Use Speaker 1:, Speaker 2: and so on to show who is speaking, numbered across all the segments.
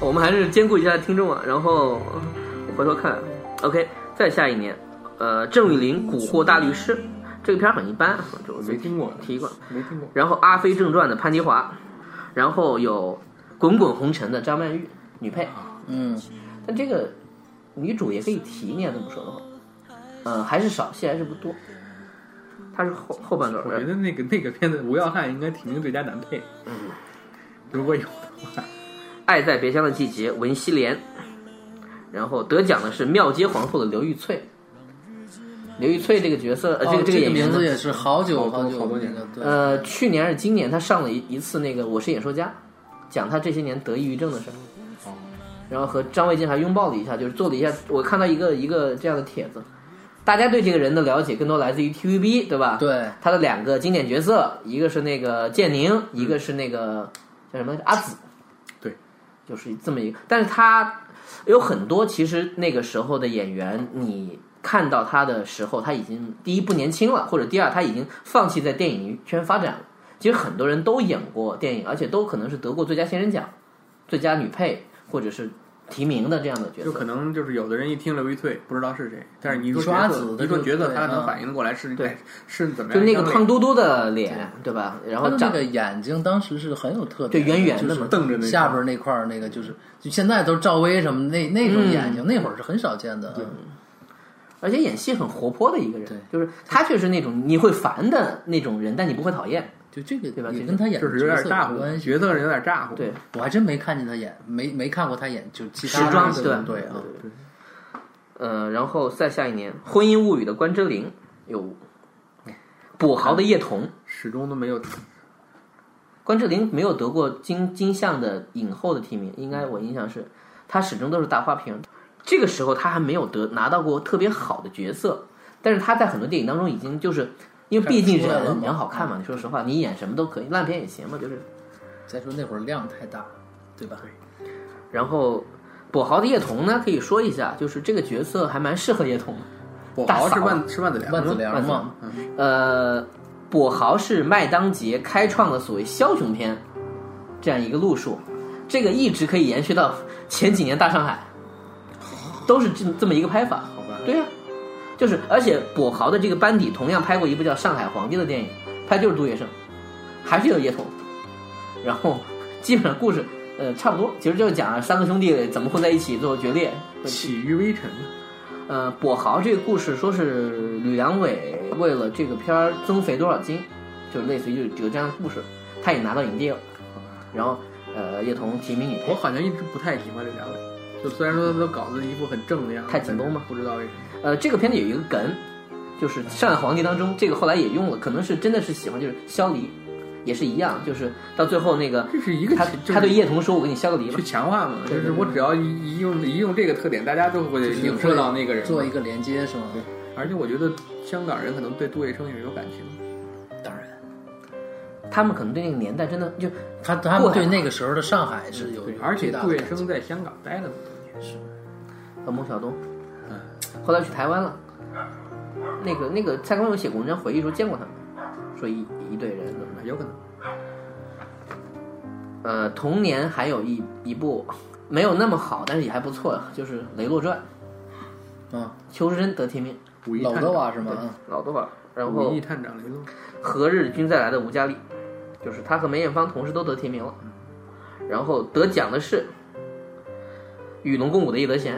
Speaker 1: 我们还是兼顾一下听众啊，然后回头看。OK，再下一年，呃，郑裕玲《蛊惑大律师》这个片儿很一般，就
Speaker 2: 没听过，
Speaker 1: 提过。
Speaker 2: 没听过。
Speaker 1: 然后《阿飞正传》的潘迪华，然后有《滚滚红尘》的张曼玉女配，
Speaker 3: 嗯，
Speaker 1: 但这个女主也可以提，你要这么说的话，呃，还是少，戏还是不多。她是后后半段
Speaker 2: 我觉
Speaker 1: 儿，
Speaker 2: 得那个那个片子吴耀汉应该提名最佳男配，嗯，如果有的话，
Speaker 1: 爱在别乡的季节》文希莲，然后得奖的是《庙街皇后》的刘玉翠。刘玉翠这个角色，呃，
Speaker 3: 哦
Speaker 1: 个这
Speaker 3: 这
Speaker 1: 演员
Speaker 3: 名
Speaker 1: 呢
Speaker 3: 字也是好久
Speaker 2: 好多
Speaker 3: 久
Speaker 2: 好多
Speaker 3: 那
Speaker 2: 年
Speaker 3: 个对，
Speaker 1: 呃，去年还是今年，他上了一一次那个《我是演说家》，讲他这些年得抑郁症的事儿。
Speaker 2: 哦
Speaker 1: 然后和张卫健还拥抱了一下，就是做了一下。我看到一个一个这样的帖子，大家对这个人的了解更多来自于 TVB，对吧？。
Speaker 3: 对，
Speaker 1: 他的两个经典角色，一个是那个建宁，一个是那个叫什么来着阿紫。
Speaker 2: 嗯对，
Speaker 1: 就是这么一个。但是他有很多，其实那个时候的演员，你看到他的时候，他已经第一不年轻了，或者第二他已经放弃在电影圈发展了。其实很多人都演过电影，而且都可能是得过最佳新人奖、最佳女配或者是提名的这样的角
Speaker 2: 就可
Speaker 1: 色。
Speaker 2: 能就是有的人一听刘玉翠不知道是谁，但是你一
Speaker 3: 你
Speaker 2: 说
Speaker 3: 说
Speaker 2: 角
Speaker 3: 阿
Speaker 2: 色
Speaker 3: 紫
Speaker 2: 一
Speaker 3: 的
Speaker 2: 说
Speaker 3: 就
Speaker 2: 角色，
Speaker 3: 对
Speaker 2: 他能
Speaker 3: 啊
Speaker 2: 反应得过来是
Speaker 1: 对
Speaker 2: 哎是怎么
Speaker 1: 就
Speaker 2: 样一
Speaker 1: 那
Speaker 2: 张
Speaker 1: 个
Speaker 2: 脸，
Speaker 1: 胖嘟嘟的脸，对吧？然
Speaker 3: 他
Speaker 1: 后
Speaker 3: 的那
Speaker 1: 长
Speaker 3: 个眼睛当时是很有特
Speaker 1: 对
Speaker 3: 点，
Speaker 1: 圆圆的
Speaker 3: 就
Speaker 1: 嘛
Speaker 3: 是
Speaker 2: 瞪着那
Speaker 3: 下
Speaker 2: 块
Speaker 3: 边那块儿那个就是，就现在都是赵薇什么那那种眼睛，那会儿是很少见的。
Speaker 1: 而且演戏很活泼的一个人，
Speaker 3: 对
Speaker 1: 就是他却是那种你会烦的那种人，但你不会讨厌。
Speaker 3: 就这个
Speaker 1: 对吧
Speaker 3: 也跟他演
Speaker 2: 就
Speaker 3: 的
Speaker 2: 是有点
Speaker 3: 角色
Speaker 2: 咋
Speaker 3: 有
Speaker 2: 呼，
Speaker 3: 关系。
Speaker 2: 角色有点咋呼，
Speaker 1: 对，
Speaker 3: 我还真没看见他演，没没看过他演，就其他
Speaker 1: 时装
Speaker 3: 的
Speaker 1: 对
Speaker 3: 对对啊，
Speaker 1: 呃，然后再下一年，《婚姻物语》的关之琳有，哎嗯跛豪的叶童，
Speaker 2: 始终都没有
Speaker 1: 关之琳没有得过金金像的影后的提名，应该我印象是，她始终都是大花瓶。这个时候她还没有得拿到过特别好的角色，但是她在很多电影当中已经就是因为毕竟
Speaker 3: 看出来了
Speaker 1: 人
Speaker 3: 嘛
Speaker 1: 人好看嘛，你嗯说实话，你演什么都可以，烂片也行嘛，就是
Speaker 3: 再说那会儿量太大，对吧？
Speaker 1: 然后，跛豪的叶童呢，可以说一下，就是这个角色还蛮适合叶童的。
Speaker 2: 跛
Speaker 1: 大
Speaker 2: 豪
Speaker 1: 嫂
Speaker 2: 是万是万子良吗，
Speaker 3: 万梓良嘛，
Speaker 1: 呃，跛豪是麦当杰开创了所谓枭雄片这样一个路数，这个一直可以延续到前几年大上海，都是这这么一个拍法。
Speaker 2: 好吧，
Speaker 1: 对呀、就是而且跛豪的这个班底同样拍过一部叫《上海皇帝》的电影，拍就是杜月笙，还是有叶童，然后基本上故事呃差不多，其实就是讲三个兄弟怎么混在一起，最后决裂。
Speaker 2: 起于微尘，
Speaker 1: 呃，跛豪这个故事说是吕良伟为了这个片儿增肥多少斤，就是类似于就有这样的故事，他也拿到影帝了，然后呃叶童提名女
Speaker 2: 我
Speaker 1: 配，
Speaker 2: 好像一直不太喜欢刘良伟，就虽然说他都搞得一副很正的样子，
Speaker 1: 太紧绷吗
Speaker 2: 不知道为什么。
Speaker 1: 呃这个片子有一个梗，就是《上海皇帝》当中这个后来也用了，可能是真的是喜欢，就是削梨，也是一样，就是到最后那个
Speaker 2: 这是一个
Speaker 1: 他
Speaker 2: 就是
Speaker 1: 他对叶童说：“我给你削个梨吧
Speaker 2: 去。强化嘛，就
Speaker 1: 对
Speaker 2: 是我只要一一用一用这个特点，大家都会
Speaker 3: 就是
Speaker 2: 影射到那个人。
Speaker 3: 做一个连接是吗？
Speaker 2: 而且我觉得香港人可能对杜月笙也是有感情的，
Speaker 3: 当然，”
Speaker 1: 他们可能对那个年代真的就
Speaker 3: 他他们对那个时候的上海是有
Speaker 2: 对，而且
Speaker 3: 巨大
Speaker 2: 杜
Speaker 3: 的
Speaker 2: 月笙在香港待了那么多年，
Speaker 1: 和孟小冬，后来去台湾了。那个那个蔡康永写过文章回忆说见过他们，说一一队人怎么的。
Speaker 2: 有可能
Speaker 1: 呃，同年还有一一部没有那么好，但是也还不错，就是《雷洛传》，
Speaker 3: 啊，
Speaker 1: 邱淑贞得提名，
Speaker 2: 五一
Speaker 3: 老
Speaker 2: 探
Speaker 3: 德
Speaker 2: 长，
Speaker 3: 瓦是吗？嗯
Speaker 1: 老多吧。然
Speaker 2: 五
Speaker 1: 后
Speaker 2: 一探长雷动，
Speaker 1: 何日君再来的吴嘉莉，就是她和梅艳芳同时都得提名了。然后得奖的是《与龙共舞》的叶德娴，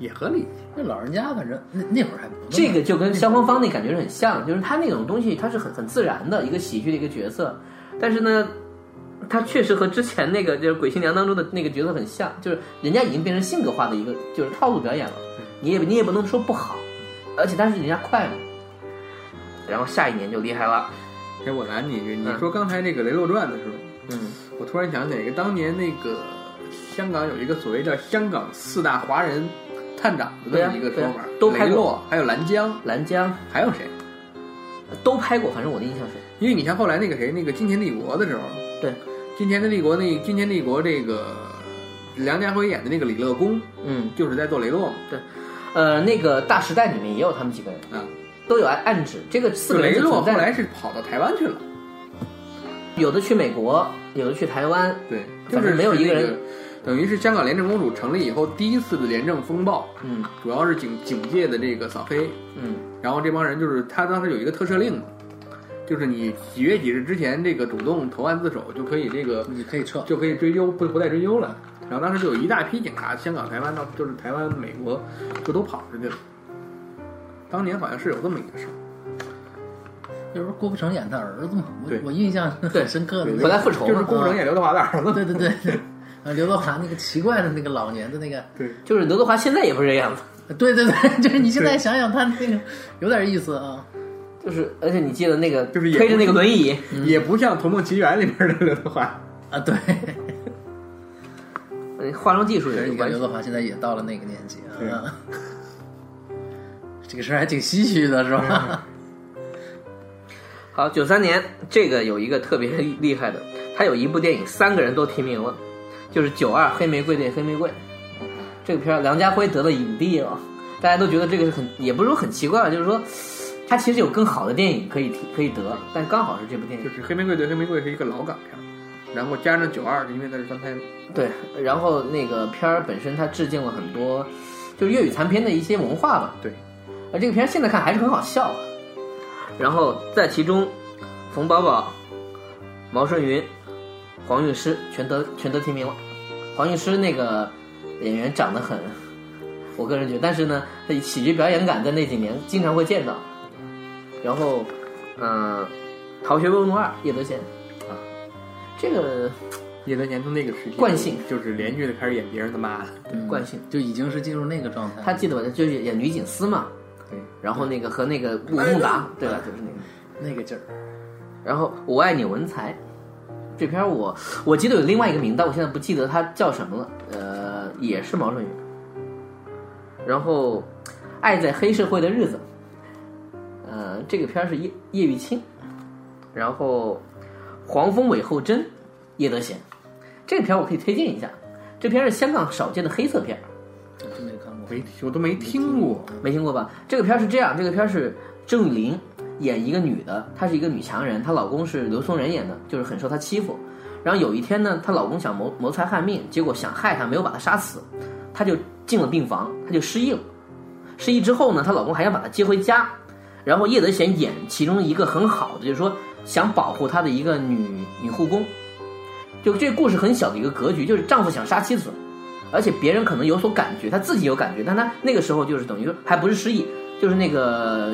Speaker 2: 也合理。
Speaker 3: 那老人家反正那那会儿还不那么
Speaker 1: 这个就跟萧芳芳那感觉是很像，就是她那种东西，它是很很自然的一个喜剧的一个角色，但是呢，她确实和之前那个就是《鬼新娘》当中的那个角色很像，就是人家已经变成性格化的一个就是套路表演了，你也你也不能说不好，而且但是人家快嘛。然后下一年就厉害了，
Speaker 2: 哎，我拦你一句，你
Speaker 1: 嗯
Speaker 2: 说刚才那个《雷洛传》的时候，
Speaker 1: 嗯，
Speaker 2: 我突然想起来一个当年那个香港有一个所谓叫香港四大华人探长的这么一个
Speaker 1: 对
Speaker 2: 说
Speaker 1: 啊
Speaker 2: 法
Speaker 1: 对啊，都拍
Speaker 2: 雷
Speaker 1: 过
Speaker 2: 洛，还有蓝江，
Speaker 1: 蓝江
Speaker 2: 还有谁？
Speaker 1: 都拍过，反正我的印象是，
Speaker 2: 因为你像后来那个谁，那个《金钱帝国》的时候，
Speaker 1: 对，
Speaker 2: 《金钱的帝国》那《金钱帝国》这个梁家辉演的那个李乐公，
Speaker 1: 嗯，
Speaker 2: 就是在做雷洛嘛，
Speaker 1: 呃，那个《大时代》里面也有他们几个人，
Speaker 2: 啊，
Speaker 1: 都有暗暗指这个四
Speaker 2: 就
Speaker 1: 个人
Speaker 2: 雷
Speaker 1: 是
Speaker 2: 洛
Speaker 1: 存
Speaker 2: 后
Speaker 1: 在的，
Speaker 2: 来是跑到台湾去了，
Speaker 1: 有的去美国，有的去台湾，
Speaker 2: 对，就
Speaker 1: 反
Speaker 2: 是
Speaker 1: 正没有一
Speaker 2: 那
Speaker 1: 个
Speaker 2: 个
Speaker 1: 人，
Speaker 2: 等于是香港廉政公署成立以后第一次的廉政风暴，
Speaker 1: 嗯
Speaker 2: 主要是警警界的这个扫黑，
Speaker 1: 嗯
Speaker 2: 然后这帮人就是他当时有一个特赦令嘛，就是你几月几日之前这个主动投案自首就可以这个
Speaker 3: 你可以撤。
Speaker 2: 就可以追究不不再追究了。然后当时就有一大批警察，香港、台湾到就是台湾、美国就都跑出去了。当年好像是有这么一个事儿，
Speaker 3: 那时候郭富城演他儿子嘛，我
Speaker 2: 对
Speaker 3: 我印象很深刻的
Speaker 2: 对
Speaker 3: 那
Speaker 1: 回
Speaker 3: 个。
Speaker 1: 嗯来复仇嗯
Speaker 2: 就是
Speaker 1: 嘛，
Speaker 2: 郭富城演刘德华的儿子嘛。
Speaker 3: 对对对对，啊，刘德华那个奇怪的那个老年的那个，
Speaker 2: 对，
Speaker 1: 就是刘德华现在也不是这样子，
Speaker 3: 对对对， 就是你现在想想他那个有点意思啊。
Speaker 1: 就是而且你记得那个
Speaker 2: 就是也
Speaker 1: 推着那个轮椅，
Speaker 2: 也不像《童梦奇缘》里面的刘德华。
Speaker 3: 啊，对，
Speaker 1: 嗯化妆技术也有
Speaker 3: 你看
Speaker 1: 关
Speaker 3: 刘
Speaker 1: 系。
Speaker 3: 德华现在也到了那个年纪
Speaker 2: 对
Speaker 3: 啊，这个事儿还挺唏嘘的，是吧？
Speaker 1: 好，九三年这个有一个特别厉害的，他有一部电影三个人都提名了，就是九二《黑玫瑰对黑玫瑰》这个片儿，梁家辉得了影帝了，大家都觉得这个是很也不是说很奇怪吧，啊就是说他其实有更好的电影可以提可以得，但刚好是这部电影
Speaker 2: 就。是《黑玫瑰对黑玫瑰》是一个老港片儿，然后加上九二，因为它是翻拍嘛。
Speaker 1: 对，然后那个片儿本身它致敬了很多，就是粤语残片的一些文化吧。
Speaker 2: 对，
Speaker 1: 而这个片儿现在看还是很好笑啊。然后在其中，冯宝宝、毛舜筠、黄韵诗全得全得提名了。黄韵诗那个演员长得很，我个人觉得，但是呢，她喜剧表演感在那几年经常会见到。然后，嗯、逃学威龙二》叶德娴，啊，这个
Speaker 2: 叶德娴从那个时期
Speaker 1: 惯性
Speaker 2: 就是连续的开始演别人的妈了。
Speaker 3: 嗯
Speaker 1: 惯性。
Speaker 3: 就已经是进入那个状态。
Speaker 1: 他记得吧？就是演女警司嘛，
Speaker 2: 对，
Speaker 1: 然后那个和那个吴孟达，对吧？就是那个。
Speaker 3: 那个劲儿，
Speaker 1: 然后我爱你文才，这片儿我我记得有另外一个名，但我现在不记得它叫什么了。呃，也是毛舜筠。然后，《爱在黑社会的日子》，呃，这个片儿是叶叶玉卿，然后黄蜂尾后真，叶德娴，这个片儿我可以推荐一下。这片儿是香港少见的黑色片儿，
Speaker 3: 我真没看过。
Speaker 2: 没，我都没听过。
Speaker 1: 没听过吧？这个片儿是这样，这个片儿是郑雨玲演一个女的，她是一个女强人，她老公是刘松仁演的，就是很受她欺负。然后有一天呢，她老公想谋谋财害命，结果想害她，没有把她杀死，她就进了病房，她就失忆了。失忆之后呢，她老公还想把她接回家，然后叶德娴演其中一个很好的，就是说想保护她的一个女女护工。就这故事很小的一个格局，就是丈夫想杀妻子，而且别人可能有所感觉，他自己有感觉，但他那个时候就是等于说还不是失忆，就是那个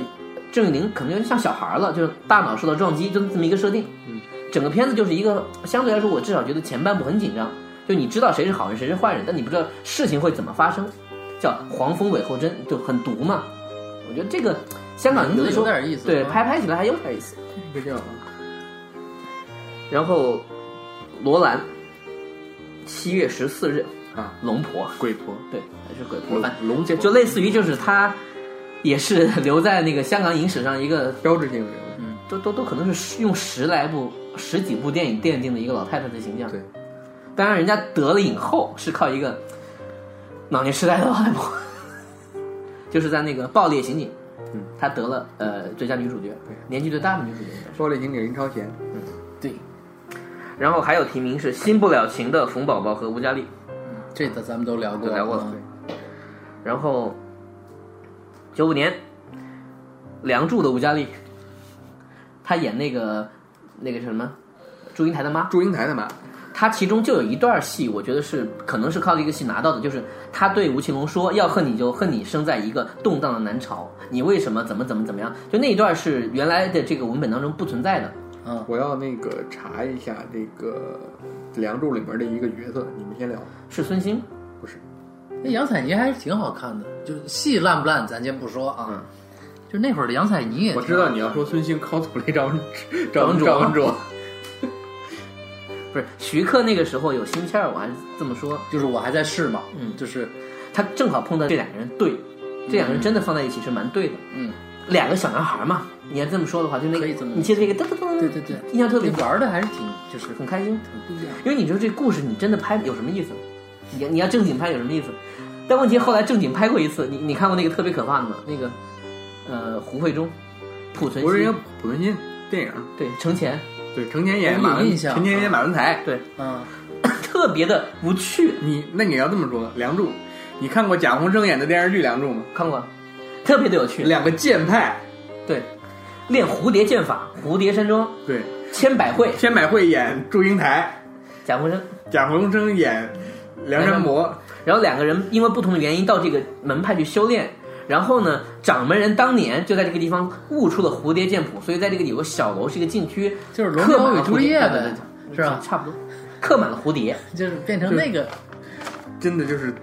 Speaker 1: 郑裕玲可能有点像小孩儿了，就是大脑受到撞击，就这么一个设定。
Speaker 2: 嗯，
Speaker 1: 整个片子就是一个相对来说，我至少觉得前半部很紧张，就你知道谁是好人谁是坏人，但你不知道事情会怎么发生，叫黄蜂尾后针就很毒嘛。我觉得这个香港有
Speaker 3: 名
Speaker 1: 的
Speaker 3: 字
Speaker 1: 时
Speaker 3: 嗯有
Speaker 1: 候
Speaker 3: 点意思。
Speaker 1: 对
Speaker 3: 啊
Speaker 1: 拍拍起来还有点意思。
Speaker 2: 这叫
Speaker 1: 然后罗兰七月十四日
Speaker 2: 啊，
Speaker 1: 龙婆。
Speaker 2: 鬼婆。
Speaker 1: 对，还是鬼婆
Speaker 2: 龙
Speaker 1: 反
Speaker 2: 龙
Speaker 1: 就就类似于就是他，也是留在那个香港影史上一个
Speaker 2: 标志性人物，
Speaker 1: 都都都可能是用十来部十几部电影奠定的一个老太太的形象。
Speaker 2: 对，
Speaker 1: 当然人家得了影后是靠一个老年痴呆的老太婆， 就是在那个《爆裂刑警》，
Speaker 2: 嗯，
Speaker 1: 她得了呃最佳女主角，年纪最大的女主角应该是。
Speaker 2: 暴力刑警林超贤，
Speaker 3: 对，
Speaker 1: 然后还有提名是《新不了情》的冯宝宝和吴佳丽。
Speaker 3: 这个咱们都聊过，
Speaker 1: 都聊过
Speaker 3: 啊
Speaker 1: 然后九五年，《梁祝》的吴佳丽，她演那个那个什么祝英台的妈，
Speaker 2: 祝英台的妈，
Speaker 1: 她其中就有一段戏，我觉得是可能是靠这个戏拿到的，就是她对吴奇隆说：“要恨你就恨你生在一个动荡的南朝，你为什么怎么怎么怎么样？”就那一段是原来的这个文本当中不存在的。
Speaker 3: 嗯，
Speaker 2: 我要那个查一下这个《梁祝》里面的一个角色，你们先聊。
Speaker 1: 是孙兴，
Speaker 2: 不是，
Speaker 3: 那杨采妮还是挺好看的，就是戏烂不烂咱先不说啊，就那会儿的杨采妮也挺
Speaker 2: 我
Speaker 3: 好看的，
Speaker 2: 知道你要说孙兴 cosplay 赵文赵
Speaker 1: 文
Speaker 2: 文
Speaker 1: 卓
Speaker 2: 赵文卓，
Speaker 1: 不是徐克那个时候有心气儿，我还是这么说。
Speaker 3: 就是我还在试嘛，
Speaker 1: 嗯
Speaker 3: 就是
Speaker 1: 他正好碰到这两个人对，这两个人真的放在一起是蛮对的。
Speaker 3: 嗯，
Speaker 1: 两个小男孩嘛，你要这么说的话，就那个
Speaker 3: 可以这么
Speaker 1: 你记得这个噔噔噔，
Speaker 3: 对对对，
Speaker 1: 印象特别
Speaker 3: 你玩的还是挺就是
Speaker 1: 很开心。
Speaker 3: 很不一样。
Speaker 1: 因为你说这故事你真的拍有什么意思？你你要正经拍有什么意思？但问题后来正经拍过一次，你你看过那个特别可怕的吗？那个呃胡慧中、濮存
Speaker 2: 不是人
Speaker 1: 昕
Speaker 2: 家濮存昕电影，
Speaker 1: 对程前
Speaker 2: 对，成年演
Speaker 3: 我有
Speaker 2: 马文，
Speaker 3: 印象
Speaker 2: 成年演马文才，
Speaker 1: 对
Speaker 3: 嗯，
Speaker 1: 特 特别的无趣。
Speaker 2: 你那你要这么说，《梁祝》，你看过贾宏声演的电视剧《梁祝》吗？
Speaker 1: 看过，特别的有趣。
Speaker 2: 两个剑派，
Speaker 1: 对，练蝴蝶剑法，蝴蝶山庄，
Speaker 2: 对，
Speaker 1: 千百惠，
Speaker 2: 千百惠演祝英台，
Speaker 1: 贾宏声，
Speaker 2: 贾宏声演梁山伯，
Speaker 1: 然后两个人因为不同的原因到这个门派去修炼。然后呢，掌门人当年就在这个地方悟出了蝴蝶剑谱，所以在这个有个小楼是一个禁区，
Speaker 3: 就是罗密
Speaker 1: 刻满
Speaker 3: 欧
Speaker 1: 了
Speaker 3: 与
Speaker 1: 蝴
Speaker 3: 朱丽
Speaker 1: 蝶，啊
Speaker 3: 叶
Speaker 1: 对对
Speaker 3: 呗，
Speaker 1: 对
Speaker 3: 是吧？
Speaker 1: 差不多，刻满了蝴蝶。
Speaker 3: 就是变成那个
Speaker 2: 真的就是。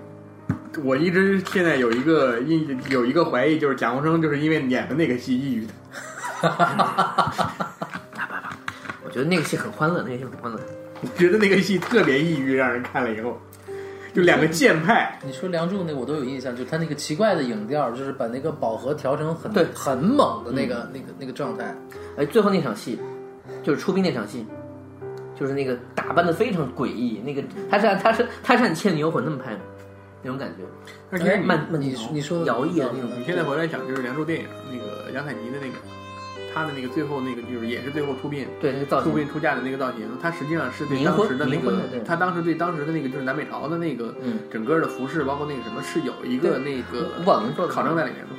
Speaker 2: 我一直现在有一个印有一个怀疑，就是贾宏声就是因为演的那个戏抑郁的。
Speaker 1: 我觉得那个戏很欢乐，那个戏很欢乐。
Speaker 2: 我 觉得那个戏特别抑郁，让人看了以后，就两个剑派，
Speaker 3: 你说《梁祝》那，我都有印象，就他那个奇怪的影调，就是把那个饱和调成很
Speaker 1: 对
Speaker 3: 很猛的那个、那个那个状态。
Speaker 1: 哎，最后那场戏，就是出兵那场戏，就是那个打扮的非常诡异，那个他是按他是他是按《倩女幽魂》那么拍的，那种感觉，
Speaker 2: 而且你
Speaker 1: 哎慢慢
Speaker 3: 哎你你说的嗯
Speaker 1: 摇曳的那种。
Speaker 2: 你现在回来想，就是《梁祝》电影那个杨采妮的那个，她的那个最后那个就是也是最后出殡
Speaker 1: 对那个造
Speaker 2: 出
Speaker 1: 型，
Speaker 2: 殡出嫁的那个造型，她实际上是对
Speaker 1: 冥
Speaker 2: 当
Speaker 1: 婚
Speaker 2: 时的那
Speaker 1: 冥婚
Speaker 2: 个
Speaker 1: 的对，
Speaker 2: 她当时对当时的那个就是南北朝的那个
Speaker 1: 嗯，
Speaker 2: 整个的服饰，包括那个什么，是有一个那
Speaker 1: 吴
Speaker 2: 个
Speaker 1: 宝林做的
Speaker 2: 考证在里面的。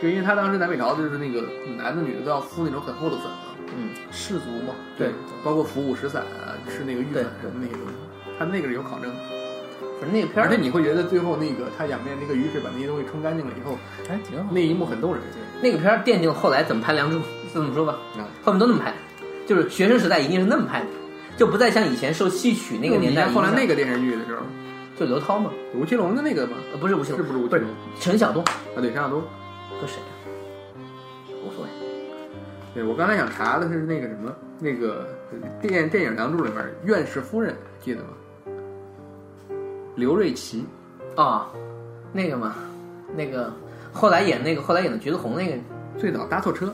Speaker 2: 就因为她当时南北朝就是那个男的女的都要敷那种很厚的粉嘛，
Speaker 1: 嗯，
Speaker 3: 氏族嘛，
Speaker 1: 对，
Speaker 2: 包括服五石散啊，是那个玉粉什么那些东西，她那个是有考证的。
Speaker 1: 反正那个片
Speaker 2: 而
Speaker 1: 儿
Speaker 2: 且，你会觉得最后那个他仰面那个雨水把那些东西冲干净了以后，
Speaker 3: 还挺好。
Speaker 2: 那一幕很动人。
Speaker 1: 那个片儿奠定了后来怎么拍《梁祝》，这么说吧，
Speaker 2: 嗯
Speaker 1: 后面都那么拍，就是学生时代一定是那么拍的，就不再像以前受戏曲那个年代
Speaker 2: 就
Speaker 1: 影
Speaker 2: 你看后
Speaker 1: 响。
Speaker 2: 来那个电视剧的时候，
Speaker 1: 就刘涛嘛，
Speaker 2: 吴奇隆的那个嘛，
Speaker 1: 呃，不是吴
Speaker 2: 是
Speaker 1: 青，
Speaker 2: 不是
Speaker 1: 不
Speaker 2: 吴奇
Speaker 1: 是
Speaker 2: 隆
Speaker 1: 陈晓东
Speaker 2: 啊？对，陈晓东。
Speaker 1: 和谁啊？无所谓。
Speaker 2: 对我刚才想查的是那个什么，那个电电影《梁祝》里面院士夫人，记得吗？刘瑞琦，
Speaker 1: 啊、那个嘛，那个后来演那个后来演的《橘子红》那个，
Speaker 2: 最早搭错车，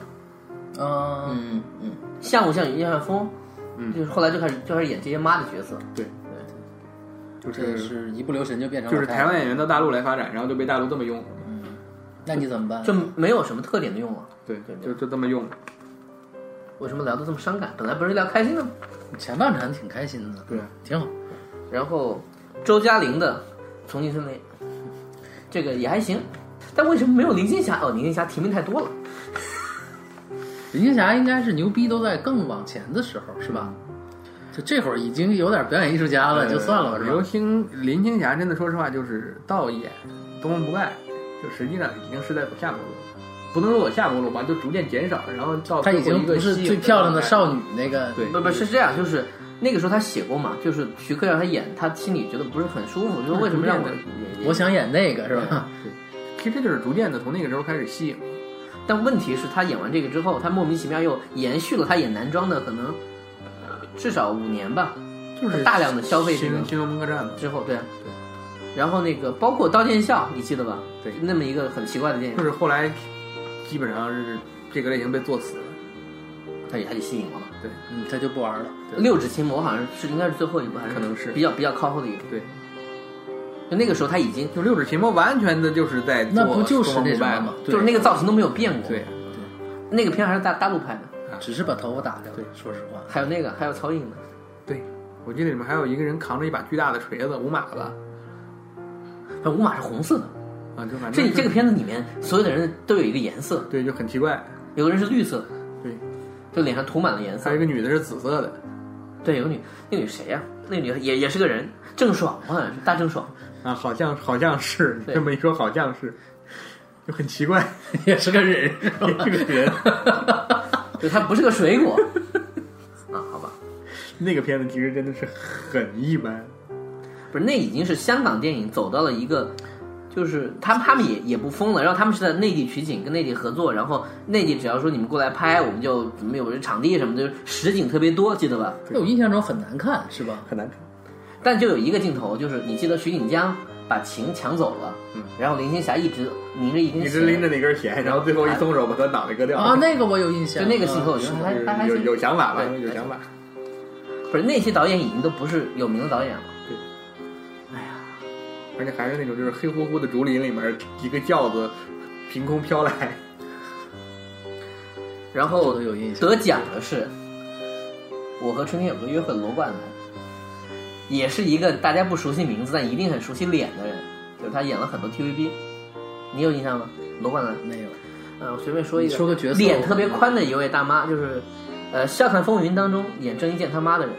Speaker 3: 嗯，
Speaker 1: 嗯嗯，像不像于汉风？
Speaker 2: 嗯
Speaker 1: 就是后来就开始就开始演这些妈的角色，
Speaker 2: 就
Speaker 3: 这
Speaker 2: 是
Speaker 3: 是一不留神就变成了
Speaker 2: 就是台湾演员到大陆来发展，然后就被大陆这么用，
Speaker 3: 那你怎么办？
Speaker 1: 就没有什么特点的用了。
Speaker 2: 对
Speaker 1: 对，对
Speaker 2: 就就这么用。
Speaker 1: 为什么聊得这么伤感？本来不是聊开心的吗？
Speaker 3: 前半场挺开心的，
Speaker 2: 对，
Speaker 3: 挺好。
Speaker 1: 然后周嘉玲的《重庆森林》，这个也还行，但为什么没有林青霞？哦，林青霞提名太多了。
Speaker 3: 林青霞应该是牛逼都在更往前的时候，是吧？就这会儿已经有点表演艺术家了，就算了吧，是
Speaker 2: 刘
Speaker 3: 吧？
Speaker 2: 呃星林青霞真的，说实话，就是倒演东方不败，就实际上已经是在走下坡路，不能说走下坡路吧，就逐渐减少，然后到
Speaker 3: 她已
Speaker 2: 最后
Speaker 3: 经
Speaker 2: 一个
Speaker 3: 不是
Speaker 2: 吸引
Speaker 3: 最
Speaker 2: 人
Speaker 3: 漂亮的
Speaker 2: 状态
Speaker 3: 少女那个，
Speaker 2: 对
Speaker 1: 不不是这样，就是那个时候她写过嘛，就是徐克让她演，她心里觉得不是很舒服，就说为什么让我
Speaker 2: 嗯
Speaker 1: 演？
Speaker 3: 我想演那个，是吧？
Speaker 2: 其实就是逐渐的从那个时候开始吸引。
Speaker 1: 但问题是，他演完这个之后，他莫名其妙又延续了他演男装的可能，呃至少五年吧，
Speaker 2: 就是
Speaker 1: 大量的消费这个
Speaker 2: 新新龙门客栈嘛，
Speaker 1: 之后对。然后那个包括《刀剑笑》，你记得吧？
Speaker 2: 对
Speaker 1: 那么一个很奇怪的电影
Speaker 2: 就，是后来基本上是这个类型被做死了。
Speaker 1: 他也还得吸引我嘛。
Speaker 3: 嗯，她就不玩了。
Speaker 2: 对
Speaker 1: 六指琴魔好像是应该是最后一部，还是
Speaker 2: 可能是
Speaker 1: 比较比较靠后的一部。
Speaker 2: 对，
Speaker 1: 就那个时候他已经
Speaker 2: 就六指琴魔完全的就是在
Speaker 3: 那
Speaker 2: 做
Speaker 3: 不就是
Speaker 2: 东方
Speaker 3: 那
Speaker 2: 不
Speaker 3: 什
Speaker 2: 败
Speaker 3: 么吗？？
Speaker 1: 就是那个造型都没有变过。
Speaker 2: 对，
Speaker 1: 那个片还是大大陆拍的，
Speaker 3: 只是把头发打掉了
Speaker 2: 对。
Speaker 3: 说实 话，
Speaker 1: 还有那个还有曹颖的，
Speaker 2: 对，我记得里面还有一个人扛着一把巨大的锤子，五马子
Speaker 1: 反正五马是红色的。
Speaker 2: 啊，就反正
Speaker 1: 这
Speaker 2: 是
Speaker 1: 这个片子里面所有的人都有一个颜色，
Speaker 2: 对就很奇怪。
Speaker 1: 有个人是绿色的，
Speaker 2: 对，
Speaker 1: 就脸上涂满了颜色
Speaker 2: 还有。一个女的是紫色的，
Speaker 1: 对，有个女，那女谁呀、那女也也是个人，郑爽好像是大郑爽，
Speaker 2: 啊，好像好像是
Speaker 1: 对
Speaker 2: 这么一说，好像是，就很 奇怪，
Speaker 3: 也是个人，是吧
Speaker 2: 这个人
Speaker 1: 就她不是个水 果啊，好吧，
Speaker 2: 那个片子其实真的是很一般，
Speaker 1: 不是那已经是香港电影走到了一个，就是他们他们也也不疯了，然后他们是在内地取景，跟内地合作，然后内地只要说你们过来拍，我们就怎么有这场地什么的，就是实景特别多，记得吧？
Speaker 3: 在我印象中很难看，是吧？
Speaker 2: 很难看。
Speaker 1: 但就有一个镜头，就是你记得徐锦江把琴抢走了，
Speaker 2: 嗯
Speaker 1: 然后林青霞一直拧着一根弦，
Speaker 2: 一直拎着那根弦，然后最后一松手把他脑袋割掉。
Speaker 3: 啊，那个我有印象，
Speaker 1: 就那个镜头，我觉得
Speaker 3: 嗯
Speaker 1: 哦还
Speaker 2: 就是
Speaker 1: 还还
Speaker 2: 有
Speaker 1: 行
Speaker 2: 有想法了，
Speaker 1: 对
Speaker 2: 有想法。
Speaker 1: 不是那些导演已经都不是有名的导演了。
Speaker 2: 而且还是那种就是黑乎乎的竹林里面一个轿子凭空飘来，
Speaker 1: 然
Speaker 3: 我
Speaker 1: 后
Speaker 3: 都有印象。
Speaker 1: 得奖的是《我和春天有个约会》罗贯男，也是一个大家不熟悉名字，但一定很熟悉脸的人，就是他演了很多 TVB，你有印象吗？罗冠兰，
Speaker 3: 没有，
Speaker 1: 呃，我随便说一
Speaker 3: 你
Speaker 1: 个，
Speaker 3: 说个角色
Speaker 1: 脸特别宽的一位大妈，就是呃《笑看风云》当中演郑伊健他妈的人，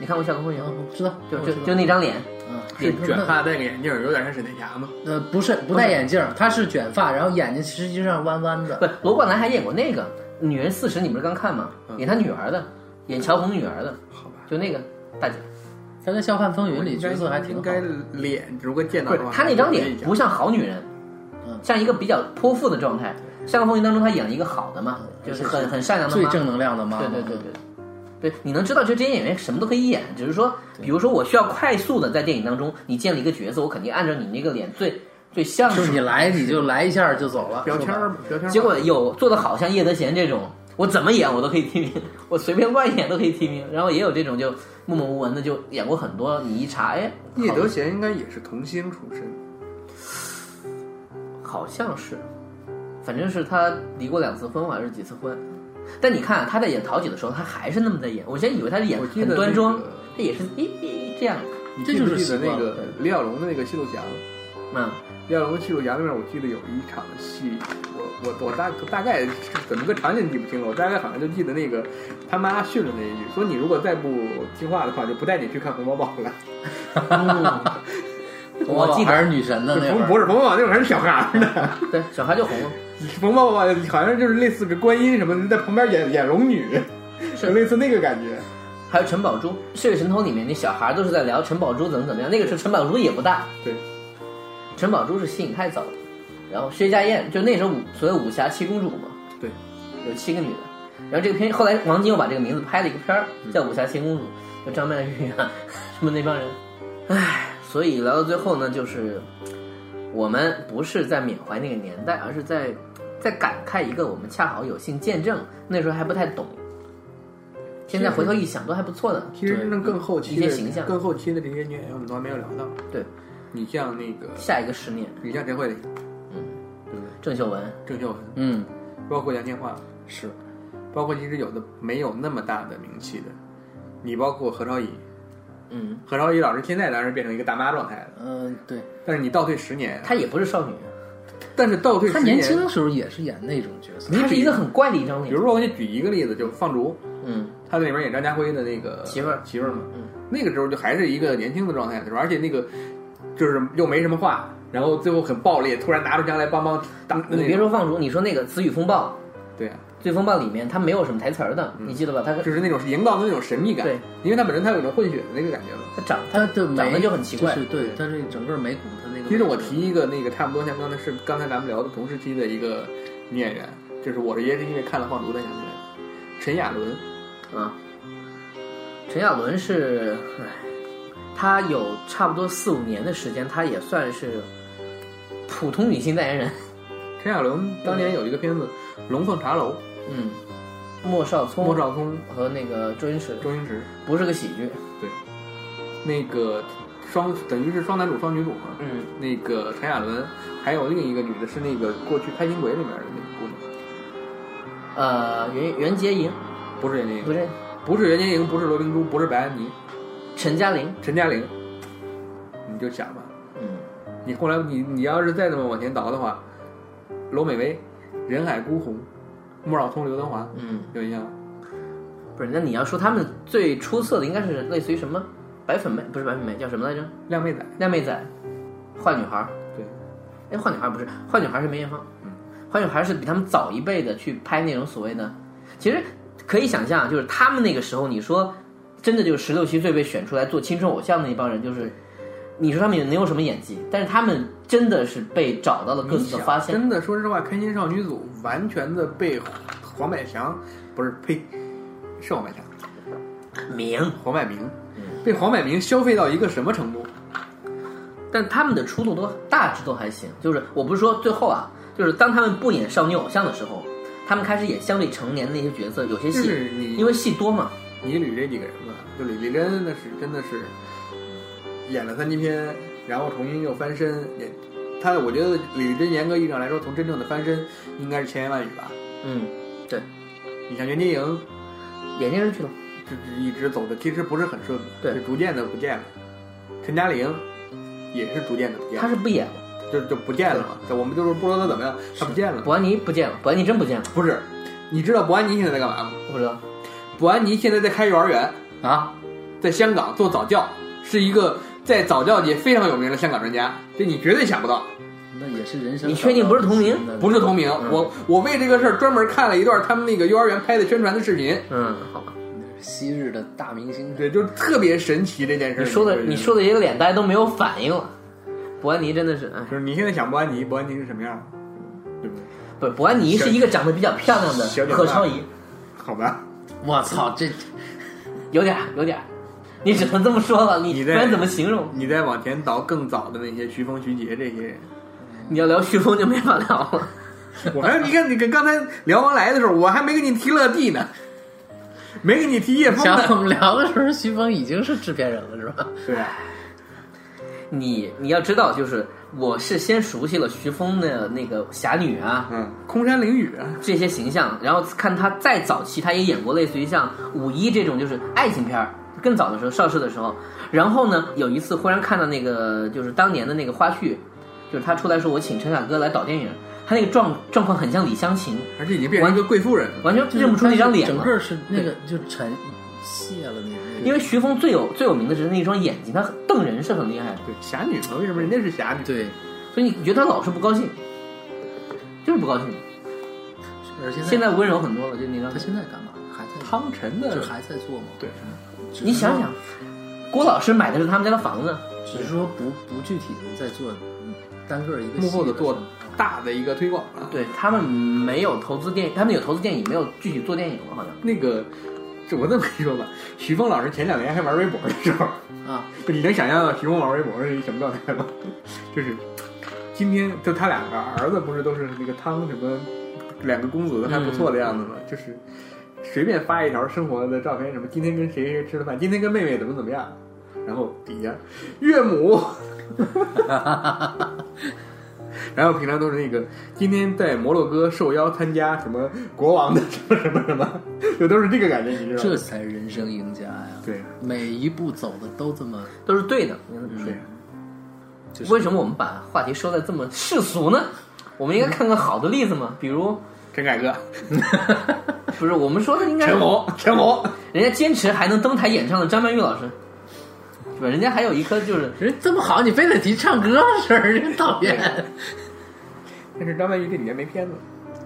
Speaker 1: 你看过《笑看风云》
Speaker 3: 啊，
Speaker 1: 吗？
Speaker 3: 我知道，
Speaker 1: 就
Speaker 3: 我
Speaker 1: 就
Speaker 3: 知道
Speaker 1: 就那张脸，
Speaker 3: 嗯，
Speaker 2: 是
Speaker 3: 脸
Speaker 2: 卷
Speaker 3: 那
Speaker 2: 发戴个眼镜儿，有点像沈殿霞吗？
Speaker 3: 呃，不是不戴眼镜儿，他是卷发，然后眼睛实际上弯弯的。
Speaker 1: 不，罗冠兰还演过那个《女人四十》，你们刚看吗？
Speaker 3: 嗯
Speaker 1: 演她女儿的，演乔红女儿的，
Speaker 2: 好吧，
Speaker 1: 就那个大姐，
Speaker 3: 他在《笑看风云》里角色还挺
Speaker 2: 应
Speaker 3: 好
Speaker 2: 该
Speaker 3: 的。
Speaker 2: 脸如果见到
Speaker 1: 不
Speaker 2: 的
Speaker 1: 是
Speaker 2: 话，
Speaker 1: 她那张脸
Speaker 2: 印象
Speaker 1: 不像好女人
Speaker 3: 嗯，
Speaker 1: 像一个比较泼妇的状态。《笑看风云》当中，她演了一个好的嘛，就是很很善良的
Speaker 3: 最
Speaker 1: 妈妈
Speaker 3: 正能量的妈妈，
Speaker 1: 对对对对。对，你能知道，就这些演员什么都可以演，只是说，比如说我需要快速的在电影当中，你建立一个角色，我肯定按照你那个脸最最像
Speaker 3: 就是你来你就来一下就走了，
Speaker 2: 标签
Speaker 3: 是吧
Speaker 2: 儿嘛，标签儿嘛。
Speaker 1: 结果有做的好像叶德娴这种，我怎么演我都可以提名，我随便乱演都可以提名。然后也有这种就默默无闻的，就演过很多，你一查，哎，
Speaker 2: 叶德娴应该也是童星出身，
Speaker 1: 好像是，反正是他离过两次婚还是几次婚。但你看、啊他在演桃姐的时候，他还是那么在演。我先以为他是演
Speaker 2: 我记得
Speaker 1: 很端庄
Speaker 2: 那个，
Speaker 1: 他也是咦咦这样的。
Speaker 2: 你
Speaker 3: 这
Speaker 2: 记不
Speaker 3: 就是
Speaker 2: 记得
Speaker 3: 习
Speaker 2: 那
Speaker 3: 惯
Speaker 2: 个李小龙的那个《西路侠》吗？
Speaker 1: 嗯，
Speaker 2: 李小龙的《西路侠》里面，我记得有一场戏，我我我大大概怎么个场景记不清了，我大概好像就记得那个他妈训了那一句，说你如果再不听话的话，就不带你去看《红毛宝》了。
Speaker 1: 我记
Speaker 3: 还
Speaker 1: 得
Speaker 3: 是女神的那会
Speaker 2: 红
Speaker 3: 儿，
Speaker 2: 不是红毛宝那会儿还是小孩儿呢，
Speaker 1: 对，小孩就红了。
Speaker 2: 红毛宝好像就是类似个观音什么的，在旁边演演龙女，
Speaker 1: 是
Speaker 2: 就类似那个感觉。
Speaker 1: 还有陈宝珠，《血与神偷》里面那小孩都是在聊陈宝珠怎么怎么样，那个时候陈宝珠也不大，
Speaker 2: 对，
Speaker 1: 陈宝珠是吸引太早了，然后薛家燕就那时候武所谓武侠七公主嘛，
Speaker 2: 对，
Speaker 1: 有七个女的。然后这个片后来王晶又把这个名字拍了一个片儿，
Speaker 2: 嗯
Speaker 1: 叫《武侠七公主》，就张曼玉啊 什么那帮人，唉，所以聊到最后呢，就是我们不是在缅怀那个年代，而是在在感慨一个我们恰好有幸见证，那时候还不太懂，现在回头一想都还不错呢。
Speaker 2: 其实真正更后期
Speaker 1: 一些
Speaker 2: 的
Speaker 1: 形象
Speaker 2: 更后期的这些女演员，我们都还没有聊到。
Speaker 1: 对，
Speaker 2: 你像那个，
Speaker 1: 下一个十年，
Speaker 2: 你像陈慧琳、
Speaker 1: 郑秀文，
Speaker 2: 郑秀文，
Speaker 3: 嗯，
Speaker 2: 包括杨千嬅，
Speaker 3: 是
Speaker 2: 包括其实有的没有那么大的名气的，你包括何超仪，
Speaker 1: 嗯，
Speaker 2: 何超仪老师现在当然变成一个大妈状态了，
Speaker 3: 嗯、对，
Speaker 2: 但是你倒退十年，
Speaker 1: 她也不是少女，啊
Speaker 2: 但是倒退
Speaker 3: 她
Speaker 2: 十
Speaker 3: 年
Speaker 2: 年，
Speaker 3: 轻的时候也是演那种角色，
Speaker 1: 她是一个很怪的一张
Speaker 2: 比
Speaker 1: 脸
Speaker 2: 如。说我给你举一个例子，就放逐，
Speaker 1: 嗯，
Speaker 2: 他在里面演张家辉的那个
Speaker 1: 媳妇儿
Speaker 2: 媳妇儿嘛，
Speaker 1: 嗯
Speaker 2: 那个时候就还是一个年轻的状态的时候，而且那个就是又没什么话，然后最后很暴力，突然拿出枪来帮帮打的那种，
Speaker 1: 你别说放逐，你说那个《词语风暴》，
Speaker 2: 对啊，嗯
Speaker 1: 《词语风暴》里面她没有什么台词儿的，你记得吧？她
Speaker 2: 就是那种营造的那种神秘感，
Speaker 1: 对，
Speaker 2: 因为他本身他有一种混血的那个感觉嘛。
Speaker 1: 她长她
Speaker 3: 她的眉
Speaker 1: 长得就很奇怪
Speaker 3: 是对，她这整个眉骨，她那个。
Speaker 2: 其实我提一个那个差不多像刚才是刚才咱们聊的同时期的一个女演员，就是我也是因为看了《放逐》才想起来的，陈雅伦。
Speaker 1: 啊。陈亚伦是，唉，她有差不多四五年的时间，她也算是普通女性代言人。
Speaker 2: 陈雅伦当年有一个片子《龙凤茶楼》，
Speaker 1: 嗯，莫少聪
Speaker 2: 莫少聪、
Speaker 1: 和那个周星驰
Speaker 2: 周星驰，
Speaker 1: 不是个喜剧。
Speaker 2: 那个双等于是双男主双女主嘛。
Speaker 1: 嗯，
Speaker 2: 那个陈雅伦，还有另一个女的是那个过去《开心鬼》里面的那个姑娘，
Speaker 1: 呃，袁袁洁莹
Speaker 2: 不是袁洁
Speaker 1: 不
Speaker 2: 莹，
Speaker 1: 是
Speaker 2: 不是袁洁莹，不是罗宾珠，不是白安妮，
Speaker 1: 陈嘉玲。
Speaker 2: 陈嘉玲。你就想吧，
Speaker 1: 嗯，
Speaker 2: 你后来你你要是再这么往前倒的话，罗美薇、人海孤鸿、莫少聪、刘德华，
Speaker 1: 嗯，
Speaker 2: 有印象吗？
Speaker 1: 不是，那你要说他们最出色的，应该是类似于什么白粉妹，不是白粉妹，叫什么来着？
Speaker 2: 靓妹仔，
Speaker 1: 靓妹仔，坏女孩儿。
Speaker 2: 对，
Speaker 1: 哎，坏女孩儿不是，坏女孩儿是梅艳芳。坏女孩儿是比他们早一辈的去拍那种所谓的，其实可以想象，啊就是他们那个时候，你说真的就是十六七岁被选出来做青春偶像的那帮人，就是你说他们也能有什么演技？但是他们真的是被找到了各
Speaker 2: 你
Speaker 1: 自
Speaker 2: 想
Speaker 1: 的发现。
Speaker 2: 真的，说实话，开心少女组完全的被黄百强，不是呸，是黄百强，
Speaker 1: 名，
Speaker 2: 黄百鸣，
Speaker 1: 嗯
Speaker 2: 被黄百鸣消费到一个什么程度？
Speaker 1: 但他们的出路都大致都还行。就是我不是说最后啊，就是当他们不演少女偶像的时候，他们开始演相对成年的那些角色，有些
Speaker 2: 就
Speaker 1: 戏
Speaker 2: 是你
Speaker 1: 因为戏多嘛，
Speaker 2: 你捋这几个人吧，就李丽珍那是真的是演了三级片，然后重新又翻身，也她我觉得李丽珍严格意义上来说，从真正的翻身应该是千言万语吧。
Speaker 1: 嗯，对，
Speaker 2: 你像袁洁莹，
Speaker 1: 演电视剧了。
Speaker 2: 就就一直走的其实不是很顺的，
Speaker 1: 对
Speaker 2: 就逐渐的不见了。陈嘉玲也是逐渐的不见
Speaker 1: 他
Speaker 2: 了，
Speaker 1: 是不演了，
Speaker 2: 就就不见了嘛。就我们就是不说他怎么样，他不见了。
Speaker 1: 伯安妮不见了，伯安妮真不见了，
Speaker 2: 不是，你知道伯安妮现在在干嘛吗？
Speaker 1: 我不知道。
Speaker 2: 伯安妮现在在开幼儿园，
Speaker 3: 啊，
Speaker 2: 在香港做早教，是一个在早教界非常有名的香港专家，这你绝对想不到。
Speaker 3: 那也是人生。
Speaker 1: 你确定不是同名？
Speaker 2: 不是同名，
Speaker 1: 嗯
Speaker 2: 我我为这个事儿专门看了一段他们那个幼儿园拍的宣传的视频，
Speaker 1: 嗯，好吧。
Speaker 3: 昔日的大明星。
Speaker 2: 对，就是特别神奇这件事儿。
Speaker 1: 你说的
Speaker 2: 就是
Speaker 1: 你说的这个脸，大家都没有反应了。伯安妮真的是，哎，
Speaker 2: 就是你现在想伯安妮，伯安妮是什么样的？对不对？
Speaker 1: 不是伯安妮是一个长得比较漂亮的
Speaker 2: 小小
Speaker 1: 贺超仪，
Speaker 2: 好吧，
Speaker 3: 我操，这
Speaker 1: 有点儿有点儿，你只能这么说了，你
Speaker 2: 你
Speaker 1: 不
Speaker 2: 在
Speaker 1: 然怎么形容？
Speaker 2: 你再往前倒更早的那些徐峰、徐杰这些人，
Speaker 1: 你要聊徐峰就没法聊了。
Speaker 2: 我还你看你跟刚才聊王来的时候，我还没给你提乐蒂呢，没给你提叶枫
Speaker 3: 想我
Speaker 2: 呢。
Speaker 3: 们聊的时候，徐峰已经是制片人了，是吧？
Speaker 2: 对啊，
Speaker 1: 你你要知道，就是我是先熟悉了徐峰的那个侠女啊
Speaker 2: 嗯，空山凌雨啊，
Speaker 1: 这些形象，然后看他再早期，他也演过类似于像五一这种就是爱情片儿，更早的时候邵氏的时候，然后呢有一次忽然看到那个就是当年的那个花絮，就是他出来说我请陈凯歌来导电影，他那个状状况很像李湘琴，
Speaker 2: 而且已经变成一个贵妇人了。
Speaker 1: 完全认不出那张脸
Speaker 3: 整
Speaker 1: 了。
Speaker 3: 个是那个就沉卸了那个。
Speaker 1: 因为徐峰最有最有名的是那双眼睛，他很瞪人是很厉害的，
Speaker 2: 对，侠女嘛，为什么人家是侠女？
Speaker 3: 对，
Speaker 1: 所以你觉得他老是不高兴，就是不高兴。
Speaker 3: 而现在
Speaker 1: 现在温柔很多了，就那张
Speaker 3: 他。现在干嘛？还在
Speaker 2: 汤臣
Speaker 3: 就
Speaker 2: 的
Speaker 3: 还在做吗？
Speaker 2: 对，
Speaker 3: 只是
Speaker 1: 你想想，郭老师买的是他们家的房子，
Speaker 3: 说，只是说不不具体的在做嗯单个一个
Speaker 2: 幕后
Speaker 3: 戏
Speaker 2: 的
Speaker 3: 的
Speaker 2: 做
Speaker 3: 时候
Speaker 2: 大的一个推广啊。
Speaker 1: 对他们没有投资电影，他们有投资电影，没有具体做电影了，好像。
Speaker 2: 那个，这我这么跟你说吧，徐峰老师前两年还玩微博的时候，
Speaker 3: 啊，
Speaker 2: 就 你能想象到徐峰玩微博是一什么状态吗？就是今天就他两个儿子不是都是那个汤什么两个公子都还不错的样子
Speaker 3: 嗯
Speaker 2: 吗？就是随便发一条生活的照片，什么今天跟谁谁吃了饭，今天跟妹妹怎么怎么样，然后底下岳母。然后平常都是那个，今天在摩洛哥受邀参加什么国王的什么什么什么， 就都是这个感觉，你知道
Speaker 3: 这
Speaker 2: 吗？
Speaker 3: 才是人生赢家呀！
Speaker 2: 对，
Speaker 3: 每一步走的都这么，
Speaker 1: 都是对的。应该这么说
Speaker 2: 对，
Speaker 3: 就是
Speaker 1: 为什么我们把话题说的这么世俗呢？我们应该看看好的例子嘛，比如
Speaker 2: 陈凯歌、
Speaker 1: 不是我们说的应该
Speaker 2: 陈红、陈红，
Speaker 1: 人家坚持还能登台演唱的张曼玉老师，对吧？人家还有一颗就是
Speaker 3: 人这么好，你非得提唱歌的事儿，真讨厌。
Speaker 2: 但是张曼玉这里面没片子，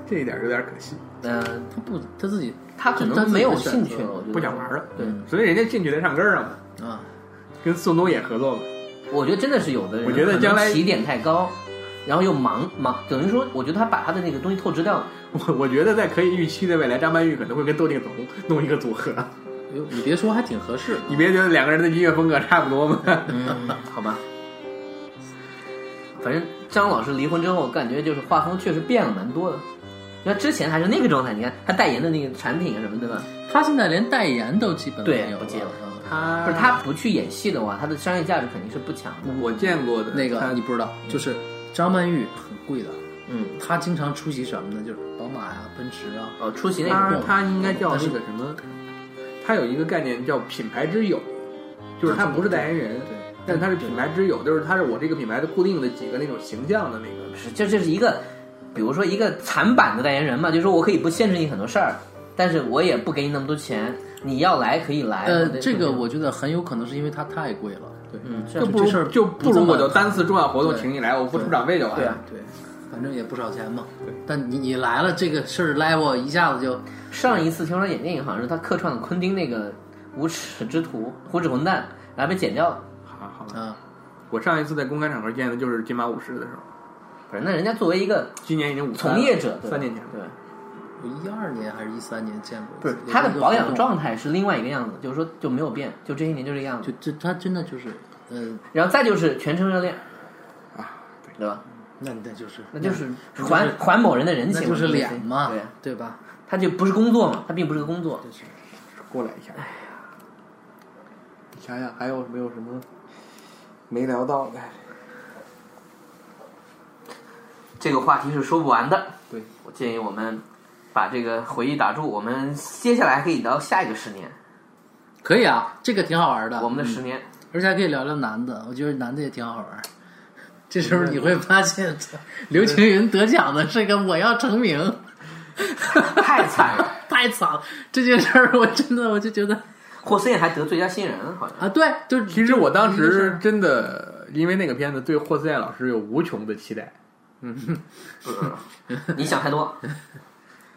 Speaker 2: 这一点有点可惜，
Speaker 1: 呃，
Speaker 3: 他不，他自己
Speaker 1: 他可
Speaker 3: 他
Speaker 1: 能
Speaker 3: 自己
Speaker 1: 没有
Speaker 3: 的选
Speaker 1: 兴
Speaker 3: 择
Speaker 1: 趣，我觉得
Speaker 2: 不想玩了。
Speaker 1: 对，
Speaker 2: 所以人家进去在唱歌上嘛，
Speaker 3: 啊，
Speaker 2: 跟宋冬野合作嘛。
Speaker 1: 我觉得真的是有的人，
Speaker 2: 我觉得将来
Speaker 1: 起点太高，然后又忙忙，等于说，我觉得他把他的那个东西透支掉了。
Speaker 2: 我我觉得在可以预期的未来，张曼玉可能会跟窦靖童弄一个组合。
Speaker 3: 哎呦，你别说，还挺合适的。
Speaker 2: 你别觉得两个人的音乐风格差不多嘛。
Speaker 1: 嗯， 好吧。反正张老师离婚之后，感觉就是画风确实变了蛮多的。你看之前还是那个状态，你看他代言的那个产品啊什么，对吧？
Speaker 3: 他现在连代言都基本
Speaker 1: 对
Speaker 3: 没有
Speaker 1: 不接了
Speaker 3: 嗯
Speaker 2: 他
Speaker 1: 不是他不去演戏的话，他的商业价值肯定是不强的。
Speaker 2: 我见过的
Speaker 3: 那个
Speaker 2: 他
Speaker 3: 你不知道，就是张曼玉很贵的，
Speaker 1: 嗯，
Speaker 3: 她经常出席什么呢？就是宝马呀、奔驰啊，
Speaker 1: 哦，出席那个
Speaker 2: 他
Speaker 3: 动
Speaker 2: 他应该叫
Speaker 3: 但是
Speaker 2: 那个什么，他有一个概念叫品牌之友，就是他不是代言人，
Speaker 3: 对，
Speaker 2: 但他是品牌之友，就是他是我这个品牌的固定的几个那种形象的那个。
Speaker 1: 是这这是一个，比如说一个残版的代言人嘛，就是说我可以不限制你很多事儿，但是我也不给你那么多钱，你要来可以来。
Speaker 3: 呃
Speaker 1: 我，得
Speaker 3: 这个我觉得很有可能是因为它太贵了，对，
Speaker 1: 嗯，这
Speaker 2: 就
Speaker 1: 样
Speaker 2: 不
Speaker 3: 这事
Speaker 2: 如
Speaker 3: 儿
Speaker 2: 就不如我就单次重要活动
Speaker 3: 对
Speaker 2: 请你来，我付出场费就完
Speaker 1: 对啊
Speaker 2: 了。
Speaker 3: 对，反正也不少钱嘛。对，但你你来了，这个事儿 level 一下子就
Speaker 1: 上一次听说演电影好像是他客串了昆汀那个《无耻之徒》《无耻混蛋》，然后被剪掉了。
Speaker 2: 好，好吧。
Speaker 3: 啊，
Speaker 2: 我上一次在公开场合见的就是金马五十的时候，
Speaker 1: 不是，那人家作为一个
Speaker 2: 今年已经五三了
Speaker 1: 从业者，对吧
Speaker 2: 三年前了。
Speaker 1: 对，
Speaker 3: 我一二年还是一三年见过一次，
Speaker 2: 不是
Speaker 3: 也
Speaker 1: 他
Speaker 3: 一
Speaker 1: 的
Speaker 3: 个
Speaker 1: 保
Speaker 3: 活
Speaker 1: 养
Speaker 3: 动
Speaker 1: 状态是另外一个样子，就是说就没有变，就这些年就这个样子
Speaker 3: 就。这他真的就是，呃，
Speaker 1: 然后再就是全程热恋，
Speaker 2: 啊，对，
Speaker 1: 对吧？
Speaker 3: 那那就是
Speaker 1: 那就是
Speaker 3: 那就是
Speaker 1: 还还某人的人
Speaker 3: 那
Speaker 1: 情，
Speaker 3: 就是脸嘛
Speaker 1: 对，，
Speaker 3: 对吧？
Speaker 1: 他就不是工作嘛，他并不是个工作。
Speaker 3: 就是
Speaker 2: 过来一下。哎你想想还有没有什么没聊到的？
Speaker 1: 这个话题是说不完的。
Speaker 2: 对，
Speaker 1: 我建议我们把这个回忆打住，我们接下来可以聊下一个十年，
Speaker 3: 可以啊，这个挺好玩的。
Speaker 1: 我们的十年。
Speaker 3: 而且还可以聊聊男的，我觉得男的也挺好玩儿。这时候你会发现，刘青云得奖的是个我要成名，
Speaker 1: 太惨了。
Speaker 3: 太惨了！这件事儿我真的我就觉得
Speaker 1: 霍思燕还得最佳新人，好像
Speaker 3: 啊，对，就是
Speaker 2: 其实我当
Speaker 3: 就
Speaker 2: 时
Speaker 3: 是
Speaker 2: 真的因为那个片子对霍思燕老师有无穷的期待，
Speaker 1: 不是不是，你想太多。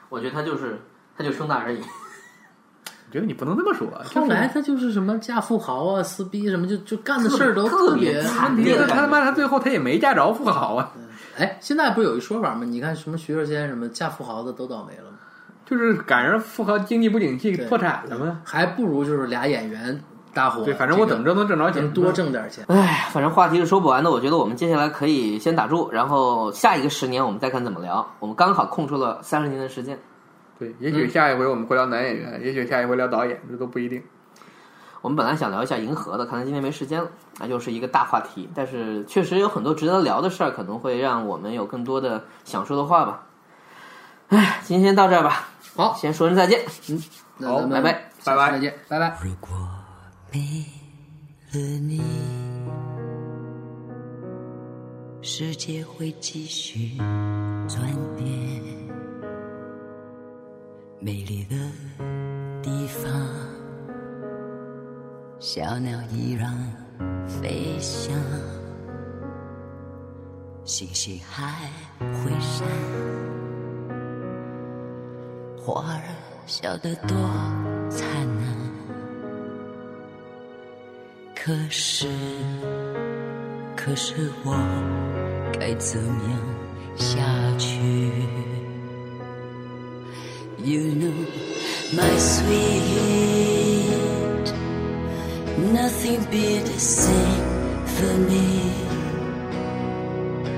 Speaker 1: 我觉得他就是他就胸大而已。
Speaker 2: 我觉得你不能这么说。
Speaker 3: 后来他就是什么嫁富豪啊、撕逼什么，就就干的事儿都
Speaker 1: 特别
Speaker 3: 别
Speaker 1: 惨
Speaker 2: 你
Speaker 1: 烈
Speaker 2: 说他他妈他最后他也没嫁着富豪啊，
Speaker 3: 哎，现在不是有一说法吗？你看什么徐若瑄什么嫁富豪的都倒霉了吗？
Speaker 2: 就是赶上富豪经济不景气
Speaker 3: 对
Speaker 2: 破产了吗？
Speaker 3: 还不如就是俩演员搭伙。
Speaker 2: 对，反正我怎么着能挣着
Speaker 3: 这个
Speaker 2: 钱，
Speaker 3: 能多挣点钱？
Speaker 1: 哎，反正话题是说不完的。我觉得我们接下来可以先打住，然后下一个十年我们再看怎么聊。我们刚好空出了三十年的时间。
Speaker 2: 对，也许下一回我们会聊男演员，也许下一回聊导演，这都不一定。
Speaker 1: 我们本来想聊一下银河的，看来今天没时间了，那又是一个大话题。但是确实有很多值得聊的事儿，可能会让我们有更多的想说的话吧。哎，今天先到这儿吧，
Speaker 3: 好，
Speaker 1: 先说声再见，
Speaker 3: 那
Speaker 2: 好
Speaker 3: 咱
Speaker 1: 拜
Speaker 3: 们
Speaker 1: 拜。
Speaker 3: 下
Speaker 2: 拜
Speaker 3: 次
Speaker 2: 拜
Speaker 3: 再见，拜拜。
Speaker 4: 如果没了你，世界会继续转变。美丽的地方，小鸟依然飞翔，星星还会闪，花儿笑得多灿烂。可是，可是我该怎样下去？You know, my sweet, nothing be the same for me.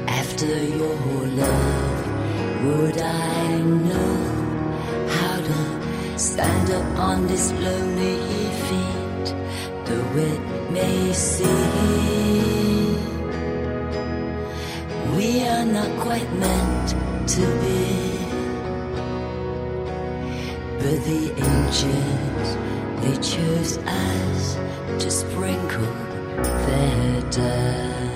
Speaker 4: After your love, would I know how to stand up on this lonely feet? Though it may seem we are not quite meant to be, but the ancients they chose us to sprinkle their dust.